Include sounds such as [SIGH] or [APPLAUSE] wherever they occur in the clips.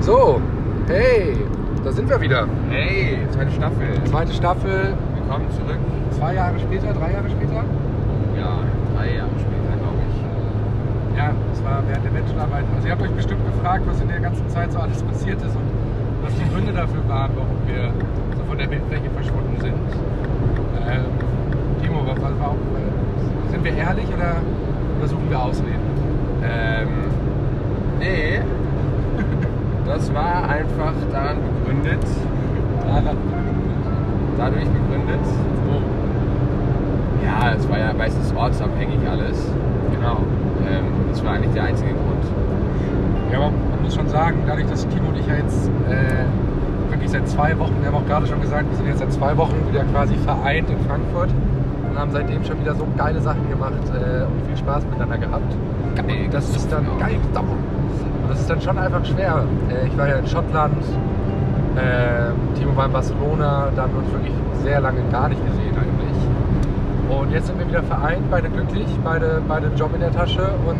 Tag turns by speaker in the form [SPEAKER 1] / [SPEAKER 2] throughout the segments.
[SPEAKER 1] So, hey, da sind wir wieder.
[SPEAKER 2] Hey, zweite Staffel.
[SPEAKER 1] Zweite Staffel,
[SPEAKER 2] Willkommen zurück.
[SPEAKER 1] zwei Jahre später, drei Jahre später.
[SPEAKER 2] Ja, drei Jahre später, glaube ich.
[SPEAKER 1] Ja, das war während der Bachelorarbeit. Also ihr habt euch bestimmt gefragt, was in der ganzen Zeit so alles passiert ist und was die Gründe dafür waren, warum wir so von der Bildfläche verschwunden sind. Ähm, Timo, was war war auch, äh, sind wir ehrlich oder versuchen wir Ausreden?
[SPEAKER 2] Ähm, nee. Das war einfach daran begründet, dadurch begründet. Oh. Ja, es war ja meistens ortsabhängig alles.
[SPEAKER 1] Genau.
[SPEAKER 2] Ähm, das war eigentlich der einzige Grund.
[SPEAKER 1] Ja, aber man muss schon sagen, dadurch, dass Timo und ich ja jetzt äh, wirklich seit zwei Wochen, wir haben auch gerade schon gesagt, wir sind jetzt seit zwei Wochen wieder quasi vereint in Frankfurt und haben seitdem schon wieder so geile Sachen gemacht äh, und viel Spaß miteinander gehabt.
[SPEAKER 2] Geil.
[SPEAKER 1] Das ist dann
[SPEAKER 2] Ja.
[SPEAKER 1] geil gesoffen. Und das ist dann schon einfach schwer. Äh, ich war ja in Schottland, äh, Timo war in Barcelona, da haben wir uns wirklich sehr lange gar nicht gesehen eigentlich. Und jetzt sind wir wieder vereint, beide glücklich, beide, beide Job in der Tasche und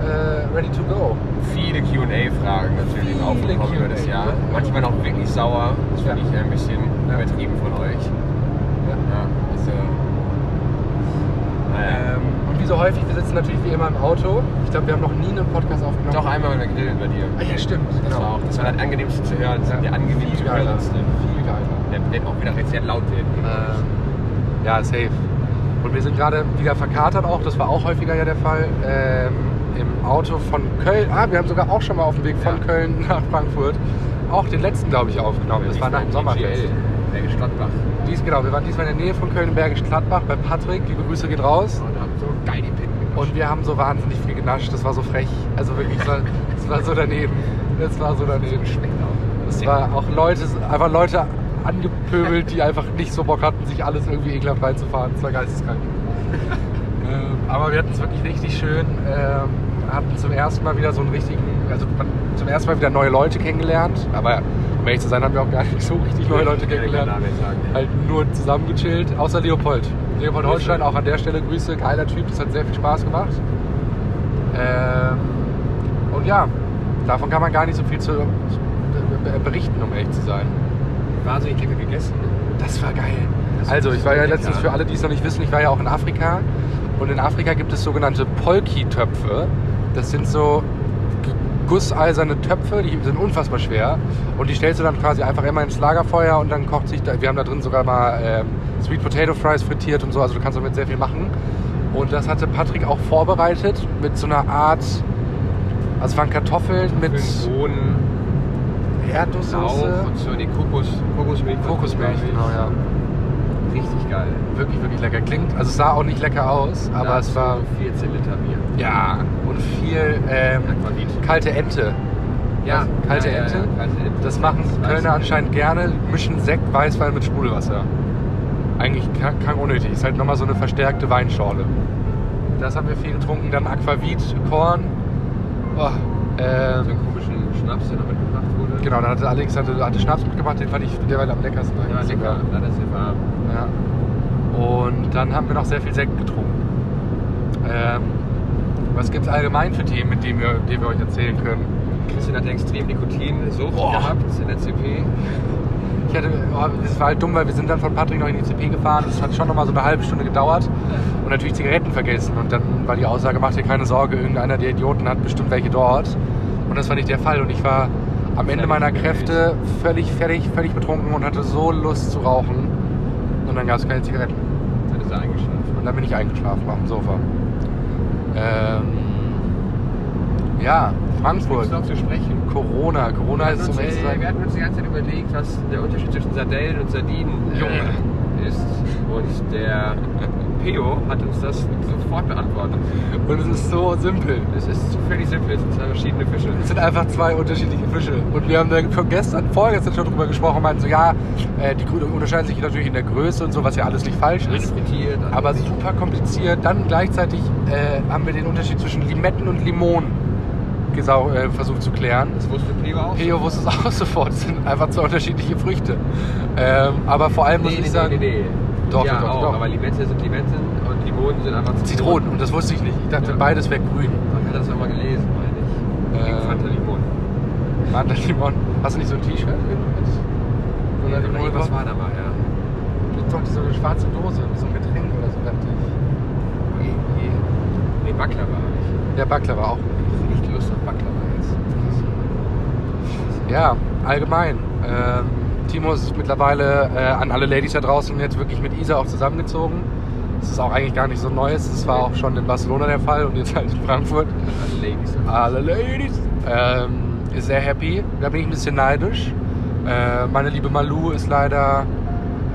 [SPEAKER 1] äh, ready to go.
[SPEAKER 2] Viele Q&A-Fragen natürlich
[SPEAKER 1] Viele
[SPEAKER 2] aufgekommen über das
[SPEAKER 1] Q&A.
[SPEAKER 2] Jahr. Manchmal auch wirklich sauer. Das finde
[SPEAKER 1] Ja.
[SPEAKER 2] ich ein bisschen
[SPEAKER 1] Ja.
[SPEAKER 2] übertrieben von euch.
[SPEAKER 1] Ja.
[SPEAKER 2] Ja, also, naja.
[SPEAKER 1] Ähm, und wie so häufig, wir sitzen natürlich wie immer im Auto. Ich glaube, wir haben noch nie einen Podcast aufgenommen.
[SPEAKER 2] Doch einmal mit Grill bei dir.
[SPEAKER 1] Ah, ja, stimmt.
[SPEAKER 2] Das war auch das war das angenehmste zu hören. Das sind die angenehmsten
[SPEAKER 1] Viel geiler.
[SPEAKER 2] Hörlast.
[SPEAKER 1] Viel geiler.
[SPEAKER 2] Der bleibt auch wieder sehr laut hin.
[SPEAKER 1] Ähm, ja, safe. Und wir sind gerade wieder verkatert auch, das war auch häufiger ja der Fall, ähm, im Auto von Köln. Ah, wir haben sogar auch schon mal auf dem Weg von
[SPEAKER 2] Ja.
[SPEAKER 1] Köln nach Frankfurt auch den letzten, glaube ich, aufgenommen. Das war nach dem Sommerfest.
[SPEAKER 2] Bergisch äh, Gladbach.
[SPEAKER 1] Dies, genau, wir waren diesmal in der Nähe von Köln, Bergisch Gladbach, bei Patrick. Liebe Grüße geht raus.
[SPEAKER 2] Und haben so geil die Pitten gemacht.
[SPEAKER 1] Und wir haben so wahnsinnig viel genascht, das war so frech. Also wirklich, es war, es war so daneben. Es war so daneben.
[SPEAKER 2] schmeckt auch.
[SPEAKER 1] Es war auch Leute, einfach Leute angepöbelt, die einfach nicht so Bock hatten, sich alles irgendwie ekelhaft reinzufahren. Es war geisteskrank. ähm, aber wir hatten es wirklich richtig schön. Ähm, hatten zum ersten Mal wieder so einen richtigen, also man, zum ersten Mal wieder neue Leute kennengelernt. Aber um ehrlich zu sein, haben wir auch gar nicht so richtig neue Leute kennengelernt.
[SPEAKER 2] genau,
[SPEAKER 1] Halt nur zusammengechillt, außer Leopold. Leopold
[SPEAKER 2] Grüße.
[SPEAKER 1] Holstein, auch an der Stelle Grüße, geiler Typ, das hat sehr viel Spaß gemacht. Ähm, und ja, davon kann man gar nicht so viel zu äh, berichten, um ehrlich zu sein.
[SPEAKER 2] Wahnsinnig lecker gegessen.
[SPEAKER 1] Das war geil.
[SPEAKER 2] Das
[SPEAKER 1] Also,
[SPEAKER 2] ist
[SPEAKER 1] ich war ja
[SPEAKER 2] wirklich
[SPEAKER 1] letztens
[SPEAKER 2] klar.
[SPEAKER 1] für alle, die es noch nicht wissen, ich war ja auch in Afrika. Und in Afrika gibt es sogenannte Polki-Töpfe. Das sind so g- gusseiserne Töpfe, die sind unfassbar schwer. Und die stellst du dann quasi einfach immer ins Lagerfeuer und dann kocht sich da. Wir haben da drin sogar mal ähm, Sweet Potato Fries frittiert und so. Also, du kannst damit sehr viel machen. Und das hatte Patrick auch vorbereitet mit so einer Art. Also, es waren Kartoffeln mit
[SPEAKER 2] Bohnen, Lauch
[SPEAKER 1] Erdnusssoße.
[SPEAKER 2] und so. Nee, Kokos, Kokosmilch.
[SPEAKER 1] Kokosmilch, genau, ja.
[SPEAKER 2] Richtig geil.
[SPEAKER 1] wirklich, wirklich lecker klingt. Also es sah auch nicht lecker aus, aber es war
[SPEAKER 2] 14 Liter Bier.
[SPEAKER 1] ja und viel ähm,
[SPEAKER 2] Aquavit.
[SPEAKER 1] kalte Ente.
[SPEAKER 2] Ja,
[SPEAKER 1] Also, kalte
[SPEAKER 2] ja, ja,
[SPEAKER 1] Ente.
[SPEAKER 2] Ja, kalte Ente.
[SPEAKER 1] Das machen Kölner anscheinend gerne, mischen Sekt, Weißwein mit Sprudelwasser. Eigentlich ka- krank unnötig. Ist halt nochmal so eine verstärkte Weinschorle. Das haben wir viel getrunken. Dann Aquavit, Korn. Oh, ähm,
[SPEAKER 2] So einen komischen Schnaps, der noch mitgebracht wurde.
[SPEAKER 1] genau, dann hatte Alex hatte, hatte Schnaps mitgemacht, den fand ich derweil am leckersten.
[SPEAKER 2] Der war
[SPEAKER 1] eigentlich sogar.
[SPEAKER 2] lecker. Leider ist der warm.
[SPEAKER 1] Ja. Und dann haben wir noch sehr viel Sekt getrunken. Ähm, was gibt es allgemein für Themen, mit denen wir, die wir euch erzählen können?
[SPEAKER 2] Christian hatte extrem Nikotinsucht
[SPEAKER 1] Boah.
[SPEAKER 2] gehabt in der CP.
[SPEAKER 1] Ich hatte, oh, das war halt dumm, weil wir sind dann von Patrick noch in die CP gefahren. Das hat schon noch mal so eine halbe Stunde gedauert. Und natürlich Zigaretten vergessen. Und dann war die Aussage, macht dir keine Sorge, irgendeiner der Idioten hat bestimmt welche dort. Und das war nicht der Fall. Und ich war am Ende meiner Kräfte völlig fertig, völlig betrunken und hatte so Lust zu rauchen. Und dann gab es keine Zigaretten.
[SPEAKER 2] Hat es eingeschlafen.
[SPEAKER 1] Und dann bin ich eingeschlafen auf dem Sofa. Ähm, ja, Frankfurt.
[SPEAKER 2] Gibt's noch zu sprechen.
[SPEAKER 1] Corona. Corona
[SPEAKER 2] Wir hatten
[SPEAKER 1] ist zum
[SPEAKER 2] uns,
[SPEAKER 1] Beispiel.
[SPEAKER 2] äh, wir hatten uns die ganze Zeit überlegt, was der Unterschied zwischen Sardellen und Sardinen
[SPEAKER 1] Junge.
[SPEAKER 2] äh, ist. Und der Peo hat uns das sofort beantwortet.
[SPEAKER 1] Und es ist so simpel.
[SPEAKER 2] Es ist völlig simpel, es sind zwei verschiedene Fische.
[SPEAKER 1] Es sind einfach zwei unterschiedliche Fische. Und wir haben dann schon gestern, vorgestern schon drüber gesprochen, meinten so, ja, äh, die Grü- unterscheiden sich natürlich in der Größe und so, was ja alles nicht falsch ist.
[SPEAKER 2] Frittiert, also
[SPEAKER 1] Aber
[SPEAKER 2] nicht.
[SPEAKER 1] super kompliziert. Dann gleichzeitig äh, haben wir den Unterschied zwischen Limetten und Limonen gesau- äh, versucht zu klären.
[SPEAKER 2] Das wusste Peo auch.
[SPEAKER 1] Peo wusste es [LAUGHS] auch sofort. Es sind einfach zwei unterschiedliche Früchte. Ähm, aber vor allem muss
[SPEAKER 2] nee,
[SPEAKER 1] ich
[SPEAKER 2] nee,
[SPEAKER 1] sagen,
[SPEAKER 2] nee, nee.
[SPEAKER 1] Doch, doch,
[SPEAKER 2] ja,
[SPEAKER 1] doch,
[SPEAKER 2] auch,
[SPEAKER 1] doch.
[SPEAKER 2] aber Limette sind Limetten und Limonen sind einfach
[SPEAKER 1] Zitronen. Und das wusste ich nicht. Ich dachte,
[SPEAKER 2] Ja.
[SPEAKER 1] beides wäre grün.
[SPEAKER 2] Man hat das auch mal gelesen, meine
[SPEAKER 1] Ähm.
[SPEAKER 2] ich. Gegen Fanta Limon.
[SPEAKER 1] Warte, Timon, hast du nicht so ein T-Shirt? Sondern im Rewe?
[SPEAKER 2] Irgendwas war da mal, ja.
[SPEAKER 1] Gibt's doch diese schwarze Dose mit so einem Getränk oder so, dachte ich. Je,
[SPEAKER 2] Nee, Baklava habe ich.
[SPEAKER 1] je. Ja, Baklava auch.
[SPEAKER 2] Ich hab echt Lust auf Baklava jetzt.
[SPEAKER 1] Ja, allgemein. Ähm, Timo ist mittlerweile äh, an alle Ladies da draußen jetzt wirklich mit Isa auch zusammengezogen. Das ist auch eigentlich gar nicht so Neues. Das war auch schon in Barcelona der Fall und jetzt halt in Frankfurt.
[SPEAKER 2] Alle
[SPEAKER 1] Äh,
[SPEAKER 2] Ladies.
[SPEAKER 1] Alle Ladies. Ähm, ist sehr happy. Da bin ich ein bisschen neidisch. Äh, meine liebe Malu ist leider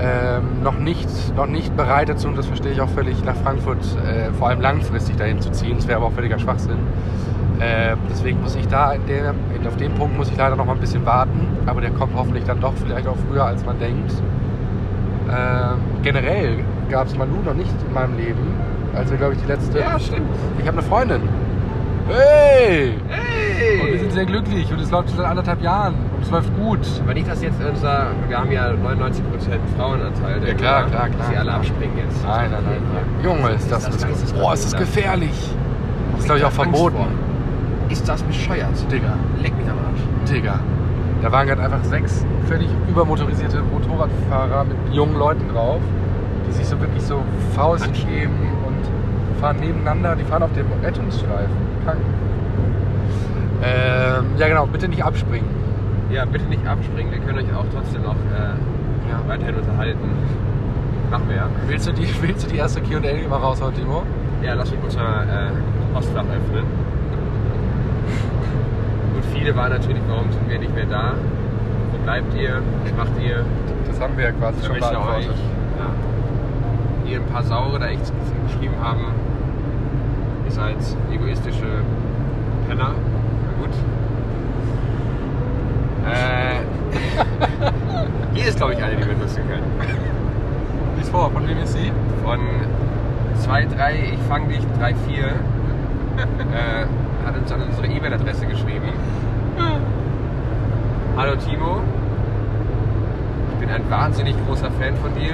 [SPEAKER 1] ähm, noch, nicht, noch nicht bereit dazu, und das verstehe ich auch völlig, nach Frankfurt äh, vor allem langfristig dahin zu ziehen. Das wäre aber auch völliger Schwachsinn. Äh, deswegen muss ich da, in der, in, auf dem Punkt muss ich leider noch mal ein bisschen warten. Aber der kommt hoffentlich dann doch vielleicht auch früher, als man denkt. Ähm, generell gab es Malu noch nicht in meinem Leben. Als wir, glaube ich, die letzte...
[SPEAKER 2] Ja, stimmt.
[SPEAKER 1] Ich habe eine Freundin. Hey!
[SPEAKER 2] Hey!
[SPEAKER 1] Und Oh, wir sind sehr glücklich und es läuft schon seit anderthalb Jahren und es läuft gut.
[SPEAKER 2] Aber nicht, dass jetzt unser, wir haben ja 99% Frauenanteil. der
[SPEAKER 1] Ja, klar,
[SPEAKER 2] Hörer,
[SPEAKER 1] klar,
[SPEAKER 2] Dass
[SPEAKER 1] klar,
[SPEAKER 2] sie alle
[SPEAKER 1] klar.
[SPEAKER 2] abspringen jetzt.
[SPEAKER 1] Nein, nein, nein. nein. Junge, ist das,
[SPEAKER 2] das
[SPEAKER 1] das,
[SPEAKER 2] ganze
[SPEAKER 1] boah, ist das
[SPEAKER 2] Skandal.
[SPEAKER 1] gefährlich. Das ist, glaube ich, auch
[SPEAKER 2] Ich hab Angst
[SPEAKER 1] verboten.
[SPEAKER 2] Ist das bescheuert?
[SPEAKER 1] Digga,
[SPEAKER 2] Leck mich am Arsch.
[SPEAKER 1] Digga. Da waren gerade einfach sechs völlig übermotorisierte Motorradfahrer mit jungen Leuten drauf, die sich so wirklich so Faust geben und fahren nebeneinander, die fahren auf dem Rettungsstreifen. Krank. Ähm, ja genau, bitte nicht abspringen.
[SPEAKER 2] Ja, bitte nicht abspringen, wir können euch auch trotzdem noch äh,
[SPEAKER 1] Ja.
[SPEAKER 2] weiterhin unterhalten. Machen wir ja.
[SPEAKER 1] Willst du die, [LAUGHS] willst du die erste Q&A mal raushauen, Timo?
[SPEAKER 2] Ja, lass mich unser äh, Postfach öffnen. Und viele waren natürlich, warum sind wir nicht mehr da? Wo bleibt ihr? Was macht ihr?
[SPEAKER 1] Das haben wir ja quasi schon
[SPEAKER 2] Vermissen euch.
[SPEAKER 1] beantwortet.
[SPEAKER 2] Ja. Ihr ein paar Saure da echt geschrieben haben, ihr seid egoistische Penner. Na gut. Äh, [LAUGHS] hier ist, glaube ich, eine, die wir nutzen können.
[SPEAKER 1] Lies vor, von wem ist sie?
[SPEAKER 2] von 2, 3, ich fang dich, 3, 4, äh, hat uns an unsere E-Mail-Adresse geschrieben. Hallo Timo, ich bin ein wahnsinnig großer Fan von dir.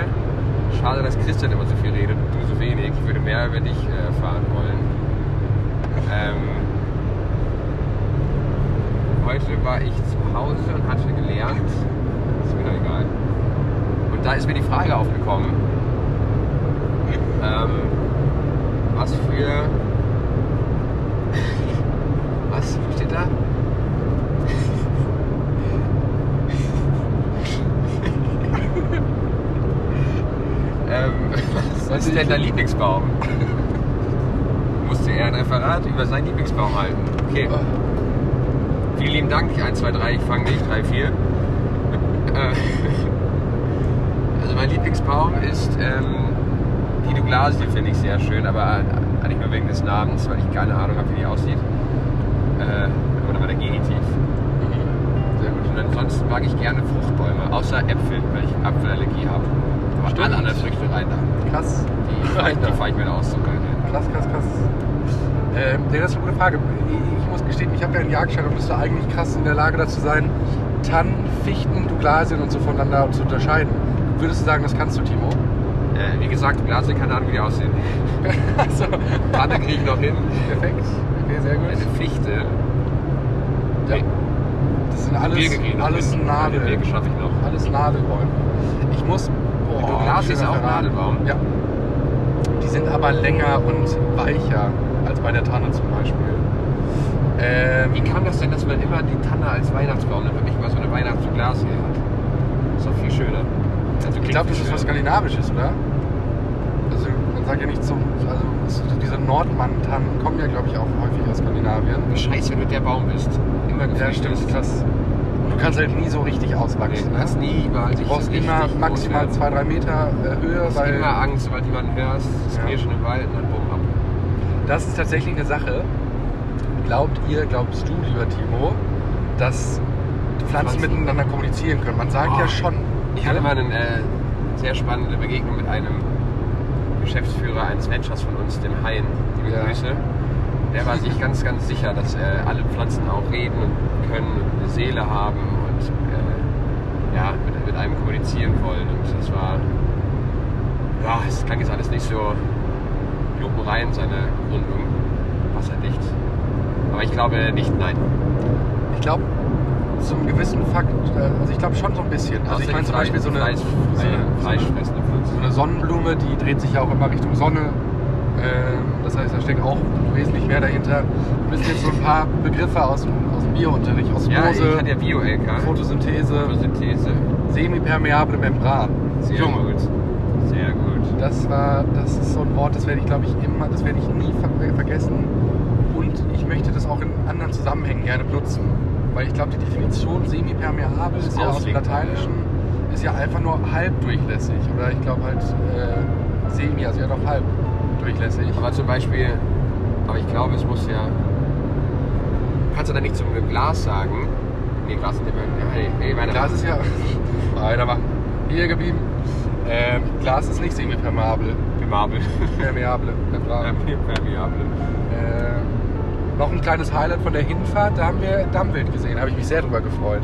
[SPEAKER 2] Schade, dass Christian immer so viel redet und du so wenig. Ich würde mehr über dich äh, erfahren wollen. Ähm, heute war ich zu Hause und hatte gelernt, ist mir doch egal. Und da ist mir die Frage aufgekommen, ähm, was für. Was? Wo steht da? ähm, was ist denn dein Lieblingsbaum? Musste er ein Referat über seinen Lieblingsbaum halten. Okay. Vielen lieben Dank, 1, 2, 3, ich fange dich, 3, 4. Äh, Also mein Lieblingsbaum ist ähm, die Douglasie, finde ich sehr schön, aber eigentlich nur wegen des Namens, weil ich keine Ahnung habe, wie die aussieht. Äh, oder war der Genitiv.
[SPEAKER 1] Mhm.
[SPEAKER 2] Sehr gut. Und ansonsten mag ich gerne Fruchtbäume, außer Äpfel, weil ich Apfelallergie habe. Aber
[SPEAKER 1] Stimmt.
[SPEAKER 2] alle anderen Früchte rein da.
[SPEAKER 1] Krass. [LAUGHS]
[SPEAKER 2] Die,
[SPEAKER 1] Rein da.
[SPEAKER 2] die fahre ich mir aus, so geil.
[SPEAKER 1] Krass, krass, krass. Ähm, ja, das ist eine gute Frage. Ich muss gestehen, ich habe ja einen Jagdschein und müsste eigentlich krass in der Lage dazu sein, Tannen, Fichten, Douglasien und so voneinander zu unterscheiden. Würdest du sagen, das kannst du, [LAUGHS] Timo?
[SPEAKER 2] Äh, wie gesagt, Douglasie, keine Ahnung, wie die aussehen.
[SPEAKER 1] also,
[SPEAKER 2] Tanne kriege ich noch hin.
[SPEAKER 1] perfekt. Okay, sehr
[SPEAKER 2] Eine
[SPEAKER 1] gut.
[SPEAKER 2] Fichte.
[SPEAKER 1] Ja. Das sind alles,
[SPEAKER 2] Birke krieg ich noch
[SPEAKER 1] alles
[SPEAKER 2] hin. Eine
[SPEAKER 1] Nadel.
[SPEAKER 2] Birke schaffe ich noch.
[SPEAKER 1] Alles Nadelbäume. Ich muss.
[SPEAKER 2] Die Douglasie ist
[SPEAKER 1] schöner
[SPEAKER 2] auch
[SPEAKER 1] Verrat.
[SPEAKER 2] Nadelbaum?
[SPEAKER 1] Ja. Die sind aber länger und weicher als bei der Tanne zum Beispiel. Ähm,
[SPEAKER 2] Wie kam das denn, dass man immer die Tanne als Weihnachtsbaum nimmt und nicht mal so eine Weihnachtsglas hier hat? Ist doch viel schöner. Also
[SPEAKER 1] Ich
[SPEAKER 2] klingt
[SPEAKER 1] glaube, das
[SPEAKER 2] viel
[SPEAKER 1] ist
[SPEAKER 2] schöner.
[SPEAKER 1] was Skandinavisches, oder? Also man sagt ja nicht zum, also es- diese Nordmann-Tannen kommen ja, glaube ich, auch häufig aus Skandinavien.
[SPEAKER 2] Scheiße, wenn du der Baum bist. Immer
[SPEAKER 1] Ja,
[SPEAKER 2] gefällt
[SPEAKER 1] stimmt,
[SPEAKER 2] bist.
[SPEAKER 1] krass. Und du kannst halt nie so richtig
[SPEAKER 2] Nee,
[SPEAKER 1] auswachsen.
[SPEAKER 2] du kannst
[SPEAKER 1] ne?
[SPEAKER 2] nie überall
[SPEAKER 1] Du
[SPEAKER 2] sich
[SPEAKER 1] brauchst
[SPEAKER 2] so
[SPEAKER 1] immer
[SPEAKER 2] richtig
[SPEAKER 1] maximal
[SPEAKER 2] groß
[SPEAKER 1] 2, 3 Meter äh, Höhe,
[SPEAKER 2] werden. Du hast
[SPEAKER 1] weil
[SPEAKER 2] immer Angst, sobald jemanden hörst, ist
[SPEAKER 1] Ja.
[SPEAKER 2] mir schon im Wald und dann bumm ab.
[SPEAKER 1] das ist tatsächlich eine Sache. Glaubt ihr, glaubst du, lieber Timo, dass die Pflanzen Ah.
[SPEAKER 2] Pflanzen-
[SPEAKER 1] miteinander kommunizieren können? Man sagt
[SPEAKER 2] Oh.
[SPEAKER 1] ja schon.
[SPEAKER 2] Ich hatte mal eine äh, sehr spannende Begegnung mit einem Geschäftsführer eines Ventures von uns, dem Hain. Liebe
[SPEAKER 1] Ja.
[SPEAKER 2] Grüße. Der war sich ganz, ganz sicher, dass äh, alle Pflanzen auch reden und können und eine Seele haben und äh, ja, mit, mit einem kommunizieren wollen. Und das war, ja, es klang jetzt alles nicht so lupenrein, seine Gründung. Wasserdicht. Aber ich glaube nicht, nein.
[SPEAKER 1] Ich glaube, zum gewissen Fakt, äh, also ich glaube schon so ein bisschen. Also ich meine zum Beispiel so eine,
[SPEAKER 2] Fleisch,
[SPEAKER 1] so eine, so eine,
[SPEAKER 2] fleischfressende Pflanze.
[SPEAKER 1] so eine Sonnenblume, die dreht sich ja auch immer Richtung Sonne. Ähm, das heißt, da steckt auch wesentlich mehr dahinter. Du bist jetzt so ein paar Begriffe aus dem, aus dem Biounterricht,
[SPEAKER 2] Ja, ich
[SPEAKER 1] Osmose,
[SPEAKER 2] hatte ja Bio-LK.
[SPEAKER 1] Photosynthese,
[SPEAKER 2] Photosynthese.
[SPEAKER 1] semipermeable Membran.
[SPEAKER 2] Sehr
[SPEAKER 1] Junge,
[SPEAKER 2] gut. Sehr gut.
[SPEAKER 1] Das war, das ist so ein Wort, das werde ich glaube ich immer, das werde ich nie ver vergessen. Und ich möchte das auch in anderen Zusammenhängen gerne benutzen. Weil ich glaube, die Definition semipermeabel ist ja aus dem
[SPEAKER 2] Auslegbar,
[SPEAKER 1] Lateinischen, ist ja einfach nur halb durchlässig. Oder ich glaube halt äh, semi, also ja doch halb durchlässig.
[SPEAKER 2] Aber zum Beispiel, aber ich glaube, es muss ja. Kannst du da nicht zum Glas sagen? Nee, Glas ist immer. Nee, nee, meine
[SPEAKER 1] Glas ist ja. [LAUGHS] Alter, mach. Hier geblieben. Ähm, Glas ist nicht semipermeabel.
[SPEAKER 2] Primabel.
[SPEAKER 1] Permeable.
[SPEAKER 2] [LAUGHS]
[SPEAKER 1] Membran.
[SPEAKER 2] Permeable.
[SPEAKER 1] Ähm, noch ein kleines Highlight von der Hinfahrt, da haben wir Dammwild gesehen, habe ich mich sehr drüber gefreut.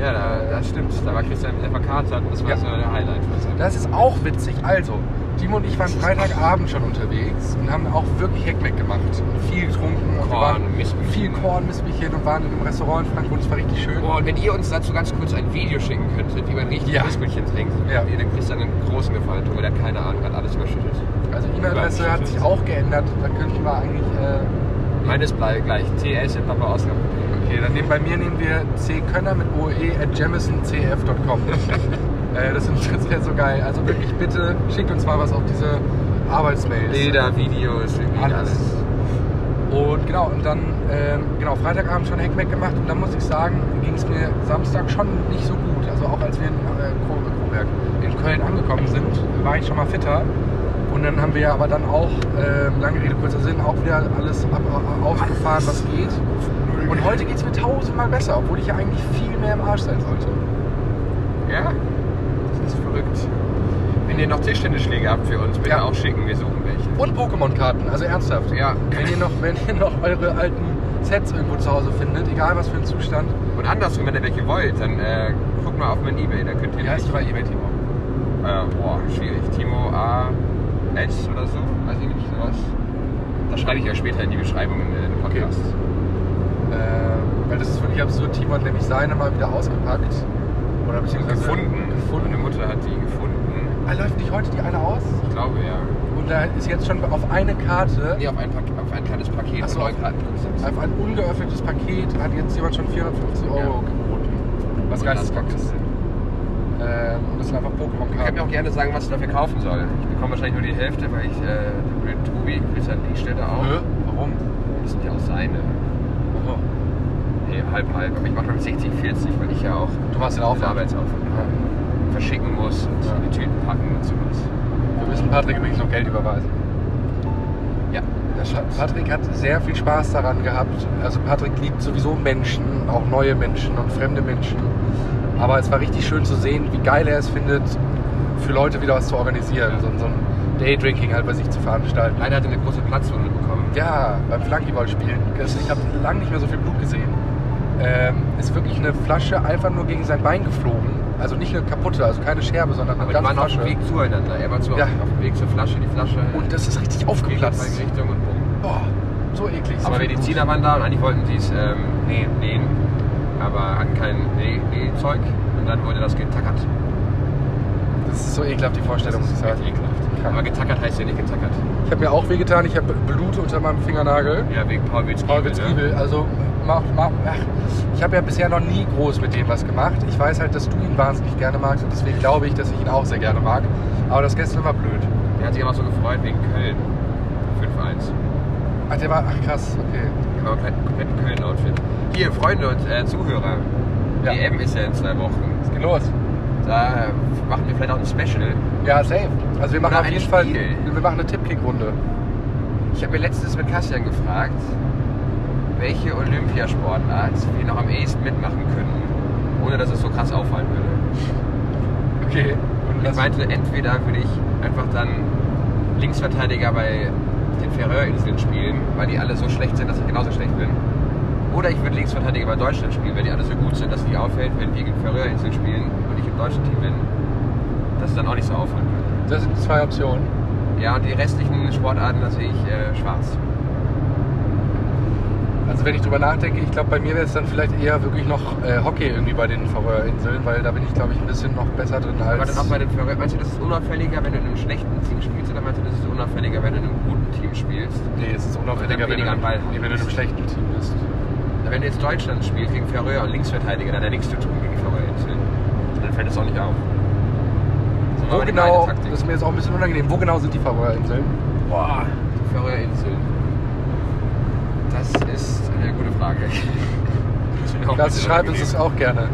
[SPEAKER 2] Ja, da, das stimmt. Da war Christian sehr verkatert und das war
[SPEAKER 1] Ja.
[SPEAKER 2] so der Highlight für uns.
[SPEAKER 1] Das ist auch witzig. Also, Timo und ich waren Freitagabend schon unterwegs und haben auch wirklich Heckmeck gemacht. Und viel getrunken. und wir
[SPEAKER 2] Korn,
[SPEAKER 1] waren
[SPEAKER 2] Mistbrötchen.
[SPEAKER 1] viel Korn, Mistbällchen und waren in einem Restaurant in Frankfurt. Es war richtig schön.
[SPEAKER 2] Boah, Oh, und wenn ihr uns dazu ganz kurz ein Video schicken könntet, wie man richtig
[SPEAKER 1] Ja.
[SPEAKER 2] Biskuitchen trinkt,
[SPEAKER 1] Ja.
[SPEAKER 2] habt ihr dem Christian einen großen Gefallen tun, weil der hat keine Ahnung, hat alles überschüttet.
[SPEAKER 1] Also, E-Mail-Adresse hat sich auch geändert. Da könnten wir eigentlich. Äh,
[SPEAKER 2] Meines bleibt gleich. TS in Papa Ausgabe.
[SPEAKER 1] okay, dann nehmen, bei mir nehmen wir ckönner mit oe at jamisoncf.com. äh, das sind- das wäre so geil. Also wirklich, bitte schickt uns mal was auf diese Arbeitsmails.
[SPEAKER 2] Bilder, Videos, irgendwie
[SPEAKER 1] Alles.
[SPEAKER 2] alles.
[SPEAKER 1] Und genau, und dann ähm, genau, Freitagabend schon Heckmeck gemacht und dann muss ich sagen, ging es mir Samstag schon nicht so gut. Also auch als wir in äh, Ko- Koberg in Köln angekommen sind, war ich schon mal fitter. Und dann haben wir ja aber dann auch, ähm, lange Rede, kurzer Sinn, auch wieder alles ab, aufgefahren, was geht. Und heute geht es mir tausendmal besser, obwohl ich ja eigentlich viel mehr im Arsch sein sollte.
[SPEAKER 2] Ja, das ist verrückt. Wenn ihr noch Tischtennisschläge habt für uns, bitte
[SPEAKER 1] Ja.
[SPEAKER 2] auch schicken, wir suchen welche.
[SPEAKER 1] Und Pokémon-Karten, also ernsthaft.
[SPEAKER 2] Ja.
[SPEAKER 1] Wenn ihr, noch, wenn ihr noch eure alten Sets irgendwo zu Hause findet, egal was für ein Zustand,
[SPEAKER 2] Und andersrum, wenn ihr welche wollt, dann äh, guckt mal auf mein Ebay, da könnt ihr.
[SPEAKER 1] wie heißt du bei eBay, Timo?
[SPEAKER 2] Äh, boah, schwierig. Timo A. S oder so, weiß ich nicht, sowas. Das schreibe ich ja später in die Beschreibung in den Podcast.
[SPEAKER 1] Äh, weil das ist wirklich absurd. Timo hat nämlich seine mal wieder ausgepackt. Oder beziehungsweise
[SPEAKER 2] Also Gefunden. Meine
[SPEAKER 1] gefunden.
[SPEAKER 2] Mutter hat die gefunden.
[SPEAKER 1] Ah, läuft nicht heute die eine aus?
[SPEAKER 2] Ich glaube ja.
[SPEAKER 1] Und da ist jetzt schon auf eine Karte,
[SPEAKER 2] Nee, auf ein, Pak auf ein kleines Paket
[SPEAKER 1] Ach so.
[SPEAKER 2] von Neukarten gesetzt.
[SPEAKER 1] auf ein ungeöffnetes Paket, hat jetzt jemand schon 450 Euro
[SPEAKER 2] Ja.
[SPEAKER 1] geboten. Was
[SPEAKER 2] Und
[SPEAKER 1] geisteskrank
[SPEAKER 2] das-
[SPEAKER 1] ist. Ähm, und das sind einfach
[SPEAKER 2] Ihr könnt mir
[SPEAKER 1] Pokémon-Karten.
[SPEAKER 2] auch gerne sagen, was ich dafür kaufen soll. Ich bekomme wahrscheinlich nur die Hälfte, weil ich äh, den blöden Tobi, Christian Lee steht da auch.
[SPEAKER 1] Hä? Warum?
[SPEAKER 2] Das sind ja auch seine.
[SPEAKER 1] Oho.
[SPEAKER 2] Nee, halb, halb. Aber ich mache dann 60, 40, weil ich ja auch
[SPEAKER 1] Du machst den
[SPEAKER 2] auf
[SPEAKER 1] Aufwand.
[SPEAKER 2] Arbeitsaufwand habe. verschicken muss und
[SPEAKER 1] Ja.
[SPEAKER 2] in die Tüten packen und sowas.
[SPEAKER 1] Wir müssen Patrick übrigens noch Geld überweisen.
[SPEAKER 2] Ja, das stimmt.
[SPEAKER 1] Patrick hat sehr viel Spaß daran gehabt. Also Patrick liebt sowieso Menschen, auch neue Menschen und fremde Menschen. Aber es war richtig schön zu sehen, wie geil er es findet, für Leute wieder was zu organisieren.
[SPEAKER 2] Ja.
[SPEAKER 1] So, ein- so ein Daydrinking halt bei sich zu veranstalten.
[SPEAKER 2] Leider hat er eine große Platzwunde bekommen.
[SPEAKER 1] Ja, beim Flankyball spielen. Also ich habe lange nicht mehr so viel Blut gesehen. Ähm, ist wirklich eine Flasche einfach nur gegen sein Bein geflogen. Also nicht eine kaputte, also keine Scherbe, sondern eine
[SPEAKER 2] Aber die
[SPEAKER 1] ganze
[SPEAKER 2] waren auf
[SPEAKER 1] Flasche.
[SPEAKER 2] dem Weg zueinander. Er war zu,
[SPEAKER 1] Ja.
[SPEAKER 2] auf dem Weg zur Flasche, die Flasche.
[SPEAKER 1] Und das ist richtig
[SPEAKER 2] Platz.
[SPEAKER 1] aufgeplatzt.
[SPEAKER 2] Richtung und bumm.
[SPEAKER 1] Boah, so eklig. So
[SPEAKER 2] Aber
[SPEAKER 1] viel
[SPEAKER 2] Mediziner waren da und eigentlich wollten sie es ähm, nähen. nähen. Aber hatten kein Näh- Nähzeug. Und dann wurde das getackert.
[SPEAKER 1] Blut. Das ist so ekelhaft, die Vorstellung, muss ich sagen.
[SPEAKER 2] echt ekelhaft.
[SPEAKER 1] Krank.
[SPEAKER 2] Aber getackert heißt ja nicht getackert.
[SPEAKER 1] Ich habe mir auch wehgetan, ich habe Blut unter meinem Fingernagel.
[SPEAKER 2] Ja, wegen Paul Witzki.
[SPEAKER 1] Paul wird's
[SPEAKER 2] ne?
[SPEAKER 1] übel. Also, mach, mach, ach. ich habe ja bisher noch nie groß mit dem was gemacht. Ich weiß halt, dass du ihn wahnsinnig gerne magst und deswegen glaube ich, dass ich ihn auch sehr gerne mag. Aber das gestern war blöd.
[SPEAKER 2] Der hat sich aber so gefreut wegen Köln. 5-1.
[SPEAKER 1] Ach, der war, ach krass, okay.
[SPEAKER 2] Aber komplett, komplett ein Köln-Outfit. Hier, Freunde und äh, Zuhörer.
[SPEAKER 1] Ja.
[SPEAKER 2] EM ist ja in zwei Wochen.
[SPEAKER 1] Es geht los.
[SPEAKER 2] Da äh, machen wir vielleicht auch ein Special.
[SPEAKER 1] Ja, safe. Also, wir machen
[SPEAKER 2] Oder
[SPEAKER 1] auf
[SPEAKER 2] ein
[SPEAKER 1] jeden Fall,
[SPEAKER 2] Spiel.
[SPEAKER 1] wir machen eine Tippkick-Runde.
[SPEAKER 2] Ich habe mir letztens mit Kassian gefragt, welche Olympiasportart wir noch am ehesten mitmachen können, ohne dass es so krass auffallen würde.
[SPEAKER 1] Okay. Und
[SPEAKER 2] Und ich
[SPEAKER 1] das,
[SPEAKER 2] meinte, entweder würde ich einfach dann Linksverteidiger bei den Färöerinseln spielen, weil die alle so schlecht sind, dass ich genauso schlecht bin. Oder ich würde Linksverteidiger bei Deutschland spielen, weil die alle so gut sind, dass es nicht auffällt, wenn wir gegen Färöerinseln spielen und ich im deutschen Team bin, dass es dann auch nicht so auffallen würde.
[SPEAKER 1] das sind zwei Optionen.
[SPEAKER 2] Ja, und die restlichen Sportarten, da sehe ich äh, schwarz.
[SPEAKER 1] Also, Also wenn ich drüber nachdenke, ich glaube, bei mir wäre es dann vielleicht eher wirklich noch äh, Hockey irgendwie bei den Färöerinseln, weil da bin ich, glaube ich, ein bisschen noch besser drin als...
[SPEAKER 2] Aber dann auch bei den Färöer. Meinst du, das ist unauffälliger, wenn du in einem schlechten Team spielst? Oder meinst du, das ist unauffälliger, wenn du in einem guten Team spielst?
[SPEAKER 1] nee, es ist unauffälliger,
[SPEAKER 2] Oder
[SPEAKER 1] wenn du,
[SPEAKER 2] weniger am Ball.
[SPEAKER 1] nee, wenn du in einem schlechten Team bist.
[SPEAKER 2] Wenn du jetzt Deutschland spielst gegen Färöer und Linksverteidiger, dann hat er nichts zu tun gegen Färöerinseln. Dann fällt es auch nicht auf. So
[SPEAKER 1] Wo
[SPEAKER 2] aber die
[SPEAKER 1] genau,
[SPEAKER 2] meine Taktik.
[SPEAKER 1] das ist mir jetzt auch ein bisschen unangenehm, wo genau sind die Färöerinseln?
[SPEAKER 2] Boah, die Färöerinseln. Das ist eine gute
[SPEAKER 1] [LAUGHS]
[SPEAKER 2] Frage. Das wird auch ein
[SPEAKER 1] Klasse,
[SPEAKER 2] bisschen
[SPEAKER 1] schreibt uns
[SPEAKER 2] unangenehm.
[SPEAKER 1] das auch gerne.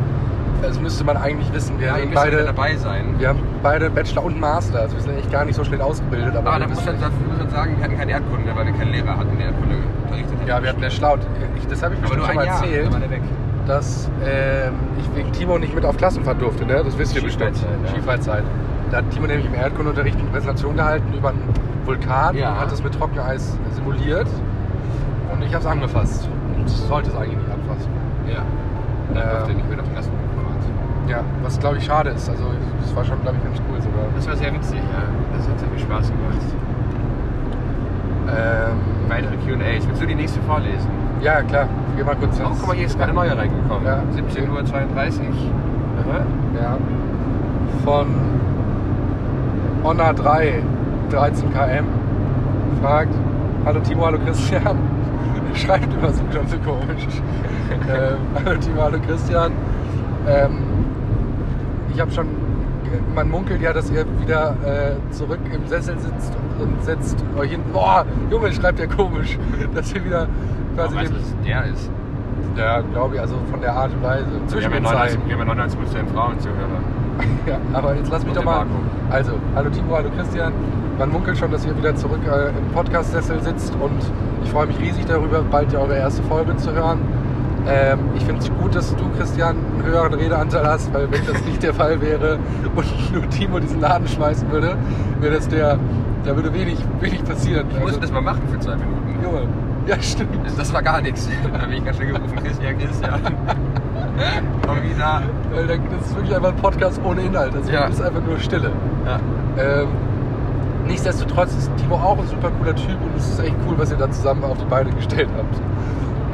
[SPEAKER 1] Das müsste man eigentlich wissen. Wir
[SPEAKER 2] Ja, ihr
[SPEAKER 1] sind
[SPEAKER 2] müsst beide
[SPEAKER 1] beide...
[SPEAKER 2] dabei sein.
[SPEAKER 1] Wir haben beide Bachelor und Master, also wir sind eigentlich gar nicht so schlecht ausgebildet. Aber
[SPEAKER 2] Aber da muss man, da muss man sagen, wir hatten keinen Erdkunde, weil wir keinen Lehrer hatten, der Erdkunde unterrichtet hat.
[SPEAKER 1] ja, wir hatten ja schlau. Ich, das habe ich
[SPEAKER 2] aber
[SPEAKER 1] bestimmt
[SPEAKER 2] nur
[SPEAKER 1] schon
[SPEAKER 2] ein
[SPEAKER 1] mal
[SPEAKER 2] Jahr,
[SPEAKER 1] erzählt,
[SPEAKER 2] dann war der weg.
[SPEAKER 1] dass ähm, ich wegen Timo nicht mit auf Klassenfahrt durfte. Ne? Das wisst ihr bestimmt.
[SPEAKER 2] Skifreizeit, ja.
[SPEAKER 1] Skifreizeit. Da hat Timo nämlich im Erdkundeunterricht eine Präsentation gehalten über einen Vulkan
[SPEAKER 2] Ja.
[SPEAKER 1] und hat das mit Trockeneis simuliert. Und ich habe es angefasst. Und sollte es eigentlich nicht anfassen.
[SPEAKER 2] Ja.
[SPEAKER 1] Ähm,
[SPEAKER 2] Durfte nicht mit auf die Klassenfahrt.
[SPEAKER 1] Ja, was glaube ich schade ist. Also es war schon, glaube ich, ganz cool sogar.
[SPEAKER 2] Das war sehr witzig, ja. Das hat sehr viel Spaß gemacht.
[SPEAKER 1] Ähm,
[SPEAKER 2] Weitere QAs. Willst du die nächste vorlesen?
[SPEAKER 1] ja, klar. Geh mal kurz
[SPEAKER 2] Oh, guck mal, hier ist gerade neue reingekommen.
[SPEAKER 1] Ja.
[SPEAKER 2] 17.32 Uhr. Aha.
[SPEAKER 1] Ja. Von Onna 3, 13 km, fragt, hallo Timo, hallo Christian. [LAUGHS] Schreibt immer so ganz so [LAUGHS] komisch. ähm, hallo Timo, hallo Christian. Ähm, ich habe schon, man munkelt ja, dass ihr wieder äh, zurück im Sessel sitzt und setzt euch hin. Boah, Junge, schreibt ja komisch, [LAUGHS] dass ihr wieder
[SPEAKER 2] Warum
[SPEAKER 1] quasi...
[SPEAKER 2] weißt du, dass es der ist?
[SPEAKER 1] ja, glaube ich, also von der Art und Weise.
[SPEAKER 2] Wir haben ja
[SPEAKER 1] den Zeilen.
[SPEAKER 2] 99 wir haben ja 99% Frauen zuhören.
[SPEAKER 1] [LAUGHS] Ja, aber jetzt lass mich
[SPEAKER 2] Und
[SPEAKER 1] doch
[SPEAKER 2] der
[SPEAKER 1] mal.
[SPEAKER 2] Marco.
[SPEAKER 1] Also, hallo Timo, hallo Christian. Man munkelt schon, dass ihr wieder zurück äh, im Podcast-Sessel sitzt und ich freue mich riesig darüber, bald ja eure erste Folge zu hören. Ähm, ich finde es gut, dass du, Christian, einen höheren Redeanteil hast, weil wenn das
[SPEAKER 2] [LAUGHS]
[SPEAKER 1] nicht der Fall wäre und nur Timo diesen Laden schmeißen würde, wäre das der, da würde wenig, wenig passieren. Also,
[SPEAKER 2] Ich musste das mal machen für zwei Minuten.
[SPEAKER 1] Junge, ja stimmt.
[SPEAKER 2] Das- Das war gar nichts. [LAUGHS] Da habe ich ganz schön [LAUGHS] gerufen, Christian, Christian. Komm wieder.
[SPEAKER 1] Weil da- das ist wirklich einfach ein Podcast ohne Inhalt. Also, Das
[SPEAKER 2] Ja.
[SPEAKER 1] ist einfach nur Stille.
[SPEAKER 2] Ja.
[SPEAKER 1] Ähm, nichtsdestotrotz ist Timo auch ein super cooler Typ und es ist echt cool, was ihr da zusammen auf die Beine gestellt habt.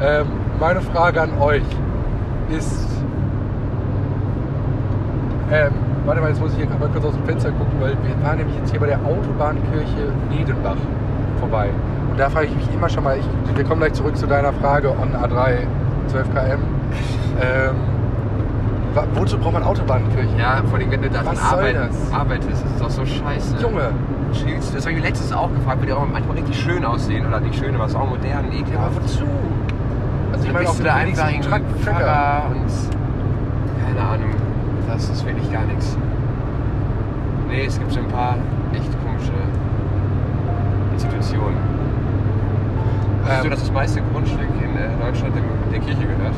[SPEAKER 1] Ähm, meine Frage an euch ist. Ähm, warte mal, jetzt muss ich hier mal kurz aus dem Fenster gucken, weil wir fahren nämlich jetzt hier bei der Autobahnkirche Nedenbach vorbei. Und da frage ich mich immer schon mal, ich, wir kommen gleich zurück zu deiner Frage on A3 12 km. Ähm, wa- wozu braucht man Autobahnkirche?
[SPEAKER 2] Ja, vor allem, wenn du daran
[SPEAKER 1] Was soll
[SPEAKER 2] arbeitest,
[SPEAKER 1] das?
[SPEAKER 2] arbeitest, ist doch so scheiße.
[SPEAKER 1] Junge,
[SPEAKER 2] Schielst- Das habe ich mir letztens auch gefragt, weil die auch manchmal richtig schön aussehen. Oder nicht schön, aber es ist auch modern, eklig.
[SPEAKER 1] ja, wozu? Also ich
[SPEAKER 2] Dann
[SPEAKER 1] meine,
[SPEAKER 2] bist
[SPEAKER 1] auf
[SPEAKER 2] du da
[SPEAKER 1] dem
[SPEAKER 2] einfach
[SPEAKER 1] wenigsten
[SPEAKER 2] irgendwie
[SPEAKER 1] Track Tracker.
[SPEAKER 2] Pfarrer und keine Ahnung. Das ist wirklich gar nichts. Nee, es gibt so ein paar echt komische Institutionen. Weißt du,
[SPEAKER 1] Ähm.
[SPEAKER 2] dass das meiste Grundstück in äh, Deutschland dem, der Kirche gehört?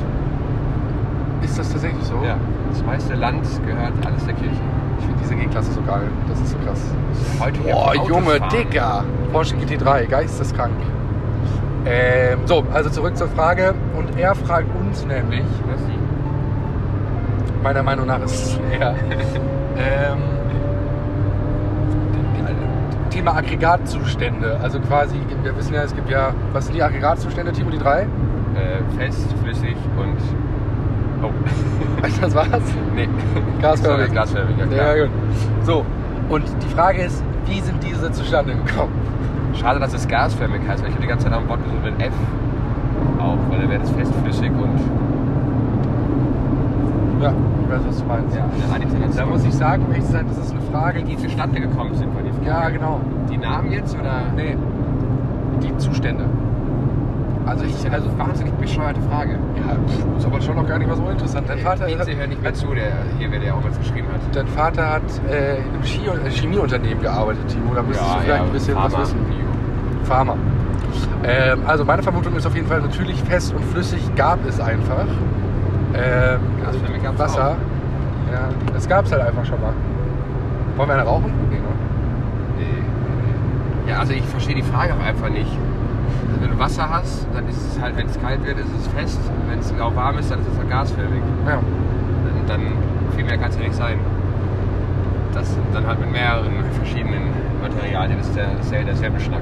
[SPEAKER 1] Ist das tatsächlich so?
[SPEAKER 2] Ja. Das meiste Land gehört alles der Kirche.
[SPEAKER 1] Ich finde diese G-Klasse so geil. Das ist so krass.
[SPEAKER 2] Heute hier
[SPEAKER 1] Boah,
[SPEAKER 2] Autos
[SPEAKER 1] Junge,
[SPEAKER 2] fahren.
[SPEAKER 1] Dicker! Porsche GT3, geisteskrank. Ähm, so, also zurück zur Frage. Und er fragt uns nämlich,
[SPEAKER 2] Was?
[SPEAKER 1] meiner Meinung nach ist es [LAUGHS] er, ähm, Thema Aggregatzustände. Also quasi, wir wissen ja, es gibt ja, was sind die Aggregatzustände, Timo, die drei? [LAUGHS]
[SPEAKER 2] Äh, fest, flüssig und. Oh, [LAUGHS]
[SPEAKER 1] Das war's.
[SPEAKER 2] nee.
[SPEAKER 1] Gasförmig.
[SPEAKER 2] Glasförmig, ja klar.
[SPEAKER 1] Ja, gut. So, und die Frage ist, wie sind diese zustande gekommen?
[SPEAKER 2] Schade, dass es gasförmig heißt, weil ich habe die ganze Zeit am Wort gesucht mit F auf, weil dann wäre das festflüssig und
[SPEAKER 1] Ja, ich weiß, was du meinst.
[SPEAKER 2] eine Addition.
[SPEAKER 1] Da muss ich sagen, um ehrlich zu sein, das ist eine Frage,
[SPEAKER 2] Wie
[SPEAKER 1] die.
[SPEAKER 2] die zustande gekommen sind, war die Frage.
[SPEAKER 1] Ja, genau.
[SPEAKER 2] Die Namen jetzt oder?
[SPEAKER 1] Nee. Die Zustände. Also
[SPEAKER 2] Das ist
[SPEAKER 1] ich.
[SPEAKER 2] ja
[SPEAKER 1] Also,
[SPEAKER 2] eine wahnsinnig bescheuerte Frage.
[SPEAKER 1] ja, Äh, ist aber schon noch gar nicht mal so interessant. Dein Vater,
[SPEAKER 2] Vince hört nicht mehr zu, der hier, wer der auch was geschrieben hat.
[SPEAKER 1] dein Vater hat äh, in einem Ski äh, Chemieunternehmen gearbeitet, Timo. Da müsstest du vielleicht ein bisschen
[SPEAKER 2] Pharma,
[SPEAKER 1] was wissen.
[SPEAKER 2] Bio.
[SPEAKER 1] Farmer.
[SPEAKER 2] Äh,
[SPEAKER 1] Ähm, also meine Vermutung ist auf jeden Fall natürlich fest und flüssig gab es einfach. Ähm, also
[SPEAKER 2] Gasflamme gab's
[SPEAKER 1] Wasser. Ja, das gab es halt einfach schon mal. Wollen wir eine rauchen? Nee, ne?
[SPEAKER 2] Nee, nee, nee. Ja, also ich verstehe die Frage auch einfach nicht. Also wenn du Wasser hast, dann ist es halt, wenn es kalt wird, ist es fest. Und Wenn es auch warm ist, dann ist es halt gasförmig.
[SPEAKER 1] Ja.
[SPEAKER 2] dann, dann viel mehr kann es ja nicht sein. Das sind dann halt mit mehreren verschiedenen Materialien ist der, ist der derselbe Schnack.